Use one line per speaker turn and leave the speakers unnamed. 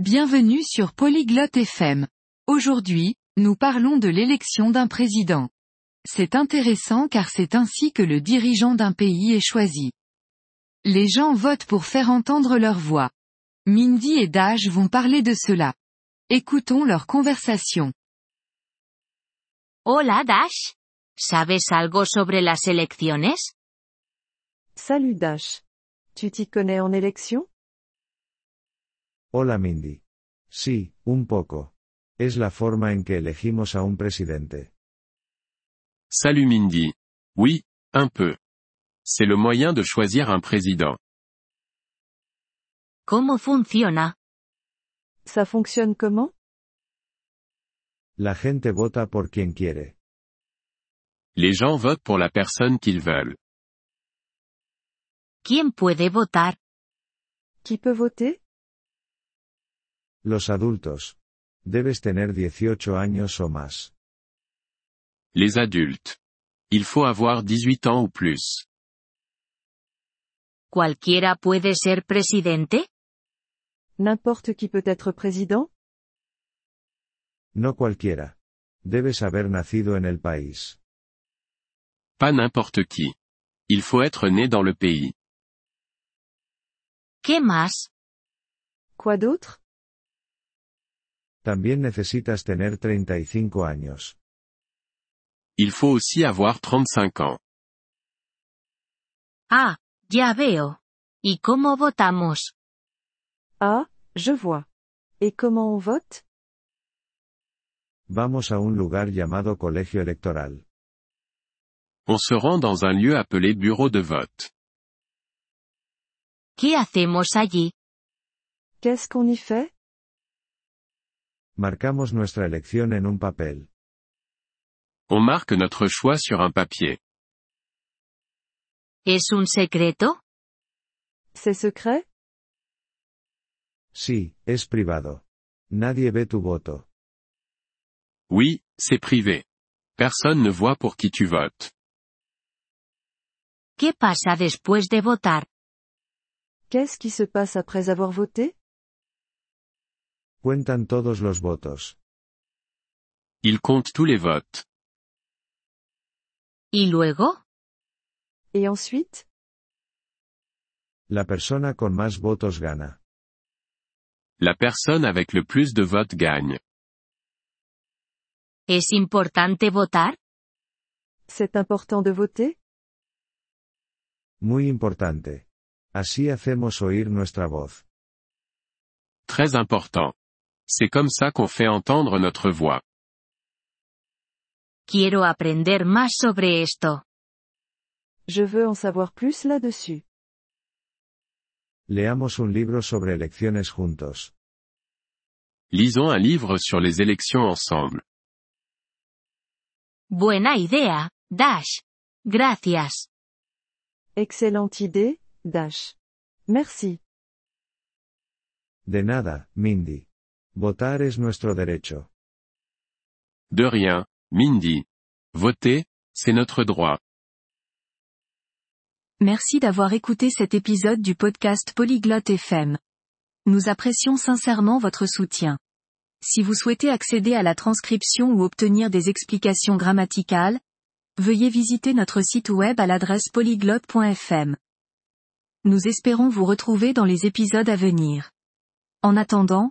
Bienvenue sur Polyglotte FM. Aujourd'hui, nous parlons de l'élection d'un président. C'est intéressant car c'est ainsi que le dirigeant d'un pays est choisi. Les gens votent pour faire entendre leur voix. Mindy et Dash vont parler de cela. Écoutons leur conversation.
Hola Dash. ¿Sabes algo sobre las elecciones?
Salut Dash. Tu t'y connais en élection
Hola Mindy. Sí, un poco. Es la forma en que elegimos a un presidente.
Salut Mindy. Oui, un peu. C'est le moyen de choisir un président.
¿Cómo funciona?
Ça fonctionne comment
La gente vota por quien quiere.
Les gens votent pour la personne qu'ils veulent.
¿Quién puede votar?
Qui peut voter
Los adultos. Debes tener 18 años o más.
Les adultes. Il faut avoir 18 ans ou plus.
¿Cualquiera puede ser presidente?
N'importe qui peut être président
No cualquiera. Debes haber nacido en el país.
Pas n'importe qui. Il faut être né dans le pays.
¿Qué más?
Quoi d'autre
También necesitas tener 35 años.
Il faut aussi avoir 35 ans.
Ah, ya veo. ¿Y cómo votamos?
Ah, je vois. Et comment on vote
Vamos a un lugar llamado colegio electoral.
On se rend dans un lieu appelé bureau de vote.
¿Qué hacemos allí?
Qu'est-ce qu'on y fait
Marcamos nuestra elección en un papel.
On marque notre choix sur un papier.
¿Es un secreto?
C'est secret
Sí, es privado. Nadie ve tu voto.
Oui, c'est privé. Personne ne voit pour qui tu votes.
¿Qué pasa después de votar?
Qu'est-ce qui se passe après avoir voté
Cuentan todos los votos.
Il compte tous les votes.
¿Y luego?
Et ensuite
La persona con más votos gana.
La personne avec le plus de votes gagne.
¿Es importante votar?
C'est important de voter
Muy importante. Así hacemos oír nuestra voz.
Très important. C'est comme ça qu'on fait entendre notre voix.
Quiero aprender más sobre esto.
Je veux en savoir plus là-dessus.
Leamos un libro sobre elecciones juntos.
Lisons un livre sur les élections ensemble.
Buena idea, Dash. Gracias.
Excellente idée, Dash. Merci.
De nada, Mindy. Votar es nuestro derecho.
De rien, Mindy. Voter, c'est notre droit.
Merci d'avoir écouté cet épisode du podcast Polyglotte FM. Nous apprécions sincèrement votre soutien. Si vous souhaitez accéder à la transcription ou obtenir des explications grammaticales, veuillez visiter notre site web à l'adresse polyglotte.fm. Nous espérons vous retrouver dans les épisodes à venir. En attendant,